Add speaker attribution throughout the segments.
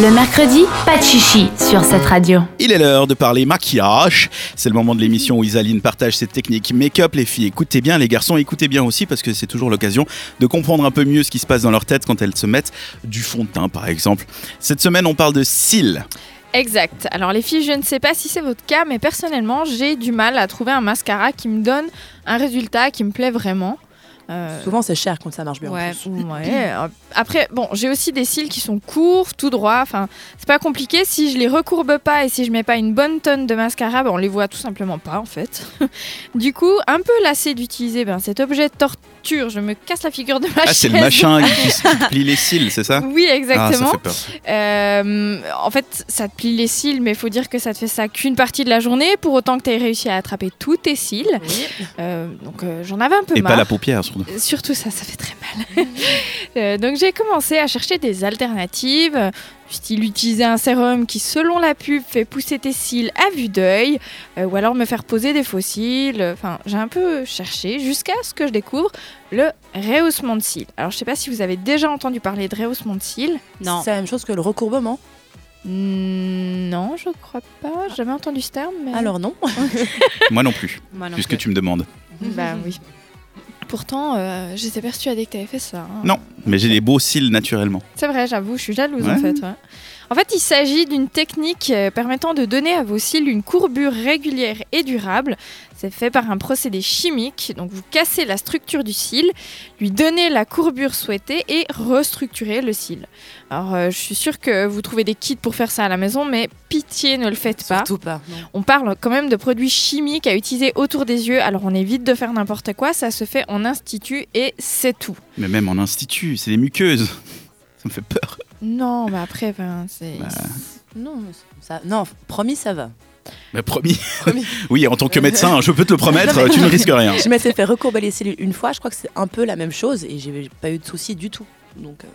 Speaker 1: Le mercredi, pas de chichi sur cette radio.
Speaker 2: Il est l'heure de parler maquillage. C'est le moment de l'émission où Isaline partage ses techniques make-up. Les filles, écoutez bien, les garçons, écoutez bien aussi parce que c'est toujours l'occasion de comprendre un peu mieux ce qui se passe dans leur tête quand elles se mettent du fond de teint, par exemple. Cette semaine, on parle de cils.
Speaker 3: Exact. Alors les filles, je ne sais pas si c'est votre cas, mais personnellement, j'ai du mal à trouver un mascara qui me donne un résultat qui me plaît vraiment. Euh,
Speaker 4: Souvent, c'est cher quand ça marche bien. en
Speaker 3: ouais,
Speaker 4: plus.
Speaker 3: ouais. Euh, Après, bon, j'ai aussi des cils qui sont courts, tout droits. Enfin, c'est pas compliqué. Si je les recourbe pas et si je mets pas une bonne tonne de mascara, ben, on les voit tout simplement pas en fait. du coup, un peu lassé d'utiliser ben, cet objet de torture. Je me casse la figure de ma
Speaker 2: Ah, c'est le
Speaker 3: chaise.
Speaker 2: machin qui, qui plie les cils, c'est ça
Speaker 3: Oui,
Speaker 2: Ah, ça
Speaker 3: exactement.
Speaker 2: fait peur.
Speaker 3: Euh, en fait, ça te plie les cils, mais il faut dire que ça te fait ça qu'une partie de la journée, pour autant que tu aies réussi à attraper tous tes cils.
Speaker 4: Oui.
Speaker 3: Euh, donc euh, j'en avais un peu
Speaker 2: Et
Speaker 3: marre.
Speaker 2: pas la paupière, surtout.
Speaker 3: Surtout ça, ça fait très mal. Euh, donc j'ai commencé à chercher des alternatives, euh, du style utiliser un sérum qui, selon la pub, fait pousser tes cils à vue d'œil, euh, ou alors me faire poser des faux cils. Enfin, j'ai un peu cherché jusqu'à ce que je découvre le rehaussement de cils. Alors je sais pas si vous avez déjà entendu parler de rehaussement de cils.
Speaker 4: C'est la même chose que le recourbement.
Speaker 3: Mm, Non, je crois pas. J'ai jamais entendu ce terme. mais-
Speaker 4: Alors non.
Speaker 2: Moi non plus,
Speaker 5: Moi non
Speaker 2: puisque
Speaker 5: plus.
Speaker 2: tu me demandes.
Speaker 3: Bah oui. Pourtant, euh, j'étais persuadée que t'avais fait ça. hein.
Speaker 2: Non, mais j'ai des beaux cils naturellement.
Speaker 3: C'est vrai, j'avoue, je suis jalouse en
Speaker 2: Ouais.
Speaker 3: fait. ouais. En fait, il s'agit d'une technique euh, permettant de donner à vos cils une courbure régulière et durable. C'est fait par un procédé chimique. Donc, vous cassez la structure du cil, lui donnez la courbure souhaitée et restructurez le cil. Alors, euh, je suis sûre que vous trouvez des kits pour faire ça à la maison, mais pitié, ne le faites pas.
Speaker 4: Surtout pas.
Speaker 3: On parle quand même de produits chimiques à utiliser autour des yeux, alors on évite de faire n'importe quoi, ça se fait en institut et c'est tout.
Speaker 2: Mais même en institut, c'est des muqueuses. Ça me fait peur.
Speaker 3: Non, mais après, ben, c'est...
Speaker 2: Bah.
Speaker 4: Non, ça, non, promis, ça va.
Speaker 2: Mais promis.
Speaker 4: Promis. Bah.
Speaker 2: oui, en tant que médecin, je peux te le promettre, tu ne risques rien.
Speaker 4: Je m'étais fait recourber les cellules une fois, je crois que c'est un peu la même chose et j'ai pas eu de soucis du tout. Donc, euh,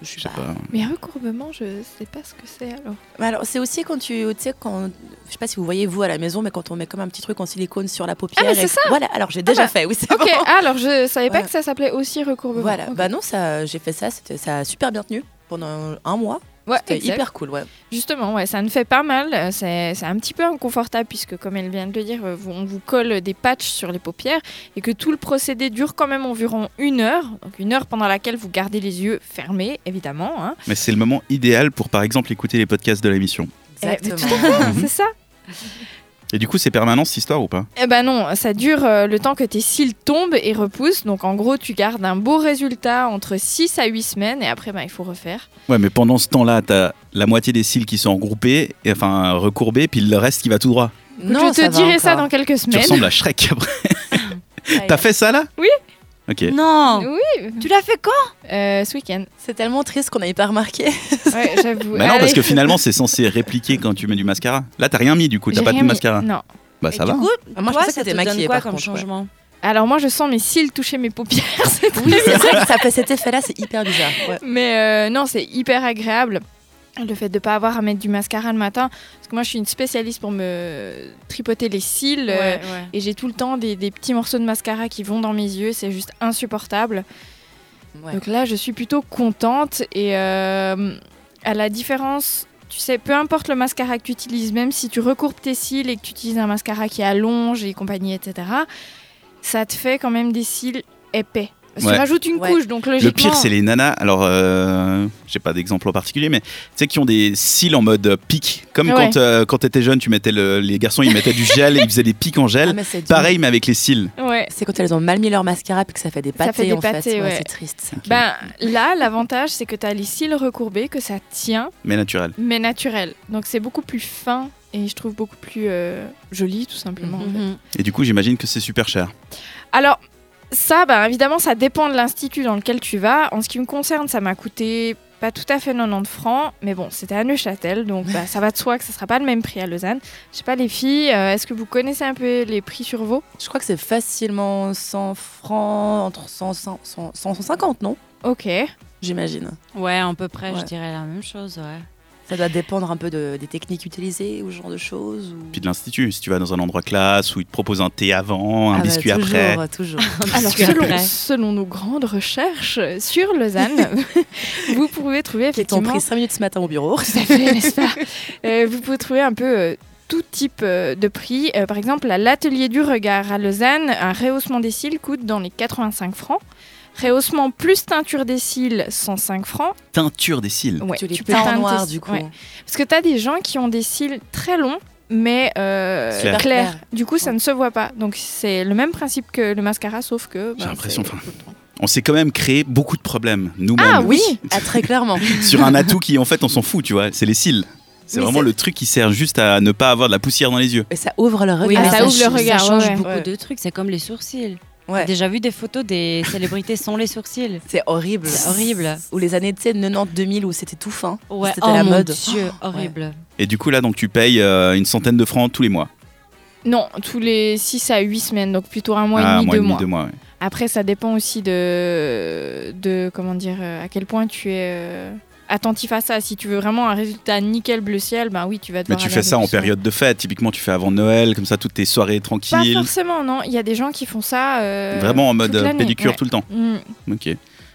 Speaker 4: je
Speaker 2: Je
Speaker 4: suis
Speaker 2: sais
Speaker 4: pas.
Speaker 2: pas.
Speaker 3: Mais recourbement, je sais pas ce que c'est alors.
Speaker 4: Mais Alors, c'est aussi quand tu tu sais, quand. Je sais pas si vous voyez vous à la maison, mais quand on met comme un petit truc en silicone sur la paupière.
Speaker 3: Ah, mais c'est
Speaker 4: et-
Speaker 3: ça
Speaker 4: Voilà, alors j'ai déjà
Speaker 3: bah,
Speaker 4: fait, oui, c'est
Speaker 3: Ok,
Speaker 4: bon.
Speaker 3: ah, alors je savais pas
Speaker 4: Voilà.
Speaker 3: que ça s'appelait aussi recourbement.
Speaker 4: Voilà,
Speaker 3: Ok.
Speaker 4: bah non, ça, j'ai fait ça, c'était- ça a super bien tenu pendant un mois.
Speaker 3: Ouais,
Speaker 4: C'était
Speaker 3: exact.
Speaker 4: hyper cool, ouais.
Speaker 3: Justement, ouais, ça ne fait pas mal. euh, C'est c'est un petit peu inconfortable puisque, comme elle vient de le dire, euh, vous- on vous colle des patchs sur les paupières et que tout le procédé dure quand même environ une heure. Donc une heure pendant laquelle vous gardez les yeux fermés, évidemment. hein.
Speaker 2: Mais c'est le moment idéal pour, par exemple, écouter les podcasts de l'émission.
Speaker 3: Eh, mais tout à
Speaker 4: Exactement.
Speaker 3: fait,
Speaker 2: Mhm.
Speaker 3: c'est ça.
Speaker 2: Et du coup, c'est permanent cette histoire ou pas
Speaker 3: Eh ben non, ça dure euh, le temps que tes cils tombent et repoussent. Donc en gros, tu gardes un beau résultat entre 6 à 8 semaines et après, ben, il faut refaire.
Speaker 2: Ouais, mais pendant ce temps-là, t'as la moitié des cils qui sont groupés, et, enfin recourbés, puis le reste qui va tout droit.
Speaker 4: Non,
Speaker 3: Je te
Speaker 4: va
Speaker 3: dirai ça
Speaker 4: encore.
Speaker 3: dans quelques
Speaker 2: Tu
Speaker 3: semaines.
Speaker 2: ressembles à Shrek après. T'as fait ça là
Speaker 3: Oui.
Speaker 2: Ok.
Speaker 5: Non
Speaker 3: Oui,
Speaker 5: Tu l'as fait quand
Speaker 3: euh, ce week-end.
Speaker 4: C'est tellement triste qu'on n'avait pas remarqué.
Speaker 3: Ouais, j'avoue.
Speaker 2: Bah non, parce
Speaker 3: Allez.
Speaker 2: que finalement, c'est censé répliquer quand tu mets du mascara. Là, t'as rien mis du coup, t'as
Speaker 3: J'ai
Speaker 2: pas de
Speaker 3: rien mis.
Speaker 2: mascara.
Speaker 3: Non.
Speaker 2: Bah
Speaker 5: Et
Speaker 2: ça
Speaker 5: du
Speaker 2: va.
Speaker 5: coup,
Speaker 4: Ah, moi, je
Speaker 5: toi,
Speaker 4: pensais que
Speaker 5: ça te
Speaker 4: t'étais
Speaker 5: donne
Speaker 4: maquillée,
Speaker 5: quoi
Speaker 4: par
Speaker 5: comme
Speaker 4: contre, ouais.
Speaker 5: changement
Speaker 3: Alors moi, je sens mes cils toucher mes paupières. c'est très
Speaker 4: Oui, c'est vrai que ça fait cet effet-là, c'est hyper bizarre. Ouais.
Speaker 3: Mais euh, non, c'est hyper agréable. Le fait de ne pas avoir à mettre du mascara le matin, parce que moi je suis une spécialiste pour me tripoter les cils euh,
Speaker 5: Ouais, ouais.
Speaker 3: et j'ai tout le temps des, des petits morceaux de mascara qui vont dans mes yeux, c'est juste insupportable.
Speaker 4: Ouais.
Speaker 3: Donc là je suis plutôt contente et euh, à la différence, tu sais, peu importe le mascara que tu utilises, même si tu recourbes tes cils et que tu utilises un mascara qui allonge et compagnie, etc., ça te fait quand même des cils épais. Tu
Speaker 2: Ouais.
Speaker 3: rajoutes une
Speaker 4: Ouais.
Speaker 3: couche, donc
Speaker 2: Le
Speaker 3: logiquement...
Speaker 2: pire, c'est les nanas. Alors, euh, j'ai pas d'exemple en particulier, mais tu sais, qui ont des cils en mode euh, pic. Comme
Speaker 3: Ouais.
Speaker 2: quand, euh, quand t'étais jeune, tu mettais le- les garçons, ils mettaient du gel, ils faisaient des pics en
Speaker 4: Ah,
Speaker 2: gel.
Speaker 4: mais c'est dur.
Speaker 2: Pareil, mais avec les cils.
Speaker 3: Ouais.
Speaker 4: C'est quand elles ont mal mis leur mascara puis que ça fait des
Speaker 3: Ça
Speaker 4: pâtés
Speaker 3: fait des
Speaker 4: en fait.
Speaker 3: pâtés, ouais.
Speaker 4: C'est triste. ça.
Speaker 3: Ben là, l'avantage, c'est que tu as les cils recourbés, que ça tient,
Speaker 2: Mais naturel.
Speaker 3: mais naturel. Donc c'est beaucoup plus fin et je trouve beaucoup plus euh, joli, tout simplement. en fait.
Speaker 5: Mhm.
Speaker 2: Et du coup, j'imagine que c'est super cher.
Speaker 3: Alors, ça, ben, évidemment, ça dépend de l'institut dans lequel tu vas. En ce qui me concerne, ça m'a coûté pas tout à fait 90 francs, mais bon, c'était à Neuchâtel, donc bah, ça va de soi que ça sera pas le même prix à Lausanne. Je sais pas, les filles, euh, est-ce que vous connaissez un peu les prix sur vos
Speaker 4: Je crois que c'est facilement 100 francs, entre 100, 100, 100, 150, non
Speaker 3: Ok.
Speaker 4: J'imagine.
Speaker 5: Ouais, à peu près,
Speaker 4: Ouais.
Speaker 5: je dirais la même chose, ouais.
Speaker 4: Ça doit dépendre un peu de- des techniques utilisées ou ce genre de choses. Ou...
Speaker 2: Puis de l'institut, si tu vas dans un endroit classe où ils te proposent un thé avant, un
Speaker 4: Ah bah,
Speaker 2: biscuit
Speaker 4: toujours,
Speaker 2: après.
Speaker 4: Toujours.
Speaker 3: Alors,
Speaker 1: Parce que
Speaker 3: selon,
Speaker 1: après-
Speaker 3: selon nos grandes recherches sur Lausanne, vous pouvez trouver
Speaker 4: Qui t'ont
Speaker 3: effectivement.
Speaker 4: pris 5 minutes ce matin au bureau.
Speaker 3: Tout à fait, n'est-ce pas Euh, Vous pouvez trouver un peu euh, tout type euh, de prix. Euh, par exemple, à l'atelier du regard à Lausanne, un rehaussement des cils coûte dans les 85 francs. Rehaussement plus teinture des cils, 105 francs.
Speaker 2: Teinture des cils.
Speaker 3: Ouais,
Speaker 4: tu les
Speaker 3: peux
Speaker 4: peins
Speaker 3: teindre
Speaker 4: en noir
Speaker 3: tes-
Speaker 4: du coup.
Speaker 3: ouais. Parce que tu as des gens qui ont des cils très longs, mais euh,
Speaker 2: Clair.
Speaker 3: clairs.
Speaker 4: Clair.
Speaker 3: Du coup, ça
Speaker 4: Ouais.
Speaker 3: ne se voit pas. Donc, c'est le même principe que le mascara, sauf que.
Speaker 2: J'ai
Speaker 3: bah,
Speaker 2: l'impression,
Speaker 3: c'est-
Speaker 2: enfin, On s'est quand même créé beaucoup de problèmes, nous-mêmes.
Speaker 3: Ah oui
Speaker 4: Ah, très clairement.
Speaker 2: Sur un atout qui, en fait, on s'en fout, tu vois. C'est les cils. C'est
Speaker 4: Oui,
Speaker 2: vraiment
Speaker 4: c'est-
Speaker 2: le truc qui sert juste à ne pas avoir de la poussière dans les yeux.
Speaker 4: Et ça ouvre le regard.
Speaker 3: Ah,
Speaker 5: mais
Speaker 3: ça ouvre le
Speaker 5: ch-
Speaker 3: regard,
Speaker 5: Ça change
Speaker 3: ouais, ouais.
Speaker 5: beaucoup
Speaker 4: Ouais.
Speaker 5: de trucs. C'est comme les sourcils.
Speaker 4: Ouais.
Speaker 5: J'ai déjà vu des photos des célébrités sans les sourcils.
Speaker 4: C'est horrible.
Speaker 5: C'est horrible.
Speaker 4: Ou les années, tu sais, 90-2000 où c'était tout fin.
Speaker 5: Ouais.
Speaker 4: C'était
Speaker 5: Oh
Speaker 4: la
Speaker 5: mon
Speaker 4: mode.
Speaker 5: Dieu,
Speaker 4: Oh,
Speaker 5: horrible.
Speaker 2: Et du coup, là, donc, tu payes euh, une centaine de francs tous les mois.
Speaker 3: Non, tous les 6 à 8 semaines, donc plutôt un mois
Speaker 2: Ah,
Speaker 3: et demi,
Speaker 2: mois
Speaker 3: deux
Speaker 2: et demi,
Speaker 3: mois.
Speaker 2: deux mois. ouais.
Speaker 3: Après, ça dépend aussi de, de comment dire, euh, à quel point tu es euh, attentif à ça. Si tu veux vraiment un résultat nickel bleu ciel, ben oui, tu vas
Speaker 2: Mais
Speaker 3: devoir.
Speaker 2: tu
Speaker 3: aller
Speaker 2: fais ça
Speaker 3: avec
Speaker 2: en période de fête. Typiquement, tu fais avant Noël, comme ça, toutes tes soirées
Speaker 3: Pas
Speaker 2: tranquilles.
Speaker 3: forcément, non. Il y a des gens qui font ça. euh,
Speaker 2: Vraiment en
Speaker 3: toute
Speaker 2: mode euh,
Speaker 3: l'année,
Speaker 2: pédicure
Speaker 3: ouais.
Speaker 2: tout le temps.
Speaker 3: Mm,
Speaker 2: Ok.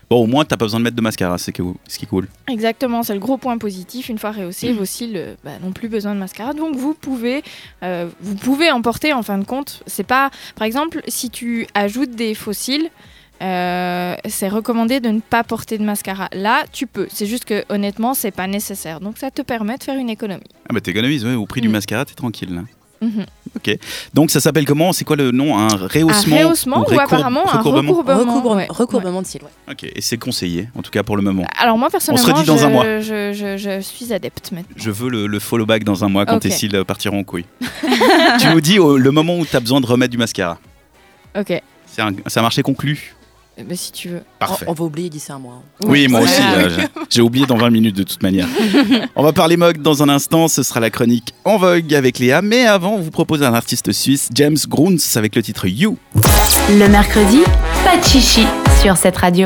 Speaker 2: Bon, au moins, t'as pas besoin de mettre de mascara, c'est que- ce qui est cool.
Speaker 3: exactement, c'est le gros point positif. Une fois rehaussé, vos cils bah, n'ont plus besoin de mascara. Donc vous pouvez, euh, vous pouvez emporter en fin de compte. C'est pas, par exemple, si tu ajoutes des faux cils, euh, c'est recommandé de ne pas porter de mascara. Là, tu peux. C'est juste que honnêtement, c'est pas nécessaire. Donc ça te permet de faire une économie.
Speaker 2: Ah, bah, t'économises, ouais. Au prix du
Speaker 3: Mm.
Speaker 2: mascara, t'es tranquille, là.
Speaker 3: Mhm.
Speaker 2: Donc, ça s'appelle comment C'est quoi le nom Un
Speaker 3: Un
Speaker 2: rehaussement
Speaker 3: rehaussement ou,
Speaker 2: recourbe-
Speaker 3: apparemment un
Speaker 2: recourbement
Speaker 3: recourbement.
Speaker 4: Recourbement,
Speaker 3: ouais.
Speaker 4: recourbement de cils. ouais.
Speaker 2: Ok, et c'est conseillé, en tout cas pour le moment.
Speaker 3: Ouais. Alors moi personnellement,
Speaker 2: redit dans
Speaker 3: je,
Speaker 2: un mois.
Speaker 3: Je, je- je suis adepte maintenant.
Speaker 2: Je veux le, le follow back dans un mois quand
Speaker 3: Ok.
Speaker 2: tes cils euh, partiront en couille. tu nous dis au- le moment où t'as besoin de remettre du mascara.
Speaker 3: Ok, Euh,
Speaker 2: C'est un, c'est un marché conclu
Speaker 3: bah, si tu veux.
Speaker 2: Parfait.
Speaker 4: On, on va oublier d'ici un mois.
Speaker 2: Oui, moi
Speaker 3: Ouais.
Speaker 2: aussi.
Speaker 3: Ah,
Speaker 2: euh, j'ai- J'ai oublié dans 20 minutes de toute manière. on va parler mode dans un instant. Ce sera la chronique en vogue avec Léa. Mais avant, on vous propose un artiste suisse, James Grunz, avec le titre You.
Speaker 1: Le mercredi, pas de chichi sur cette radio.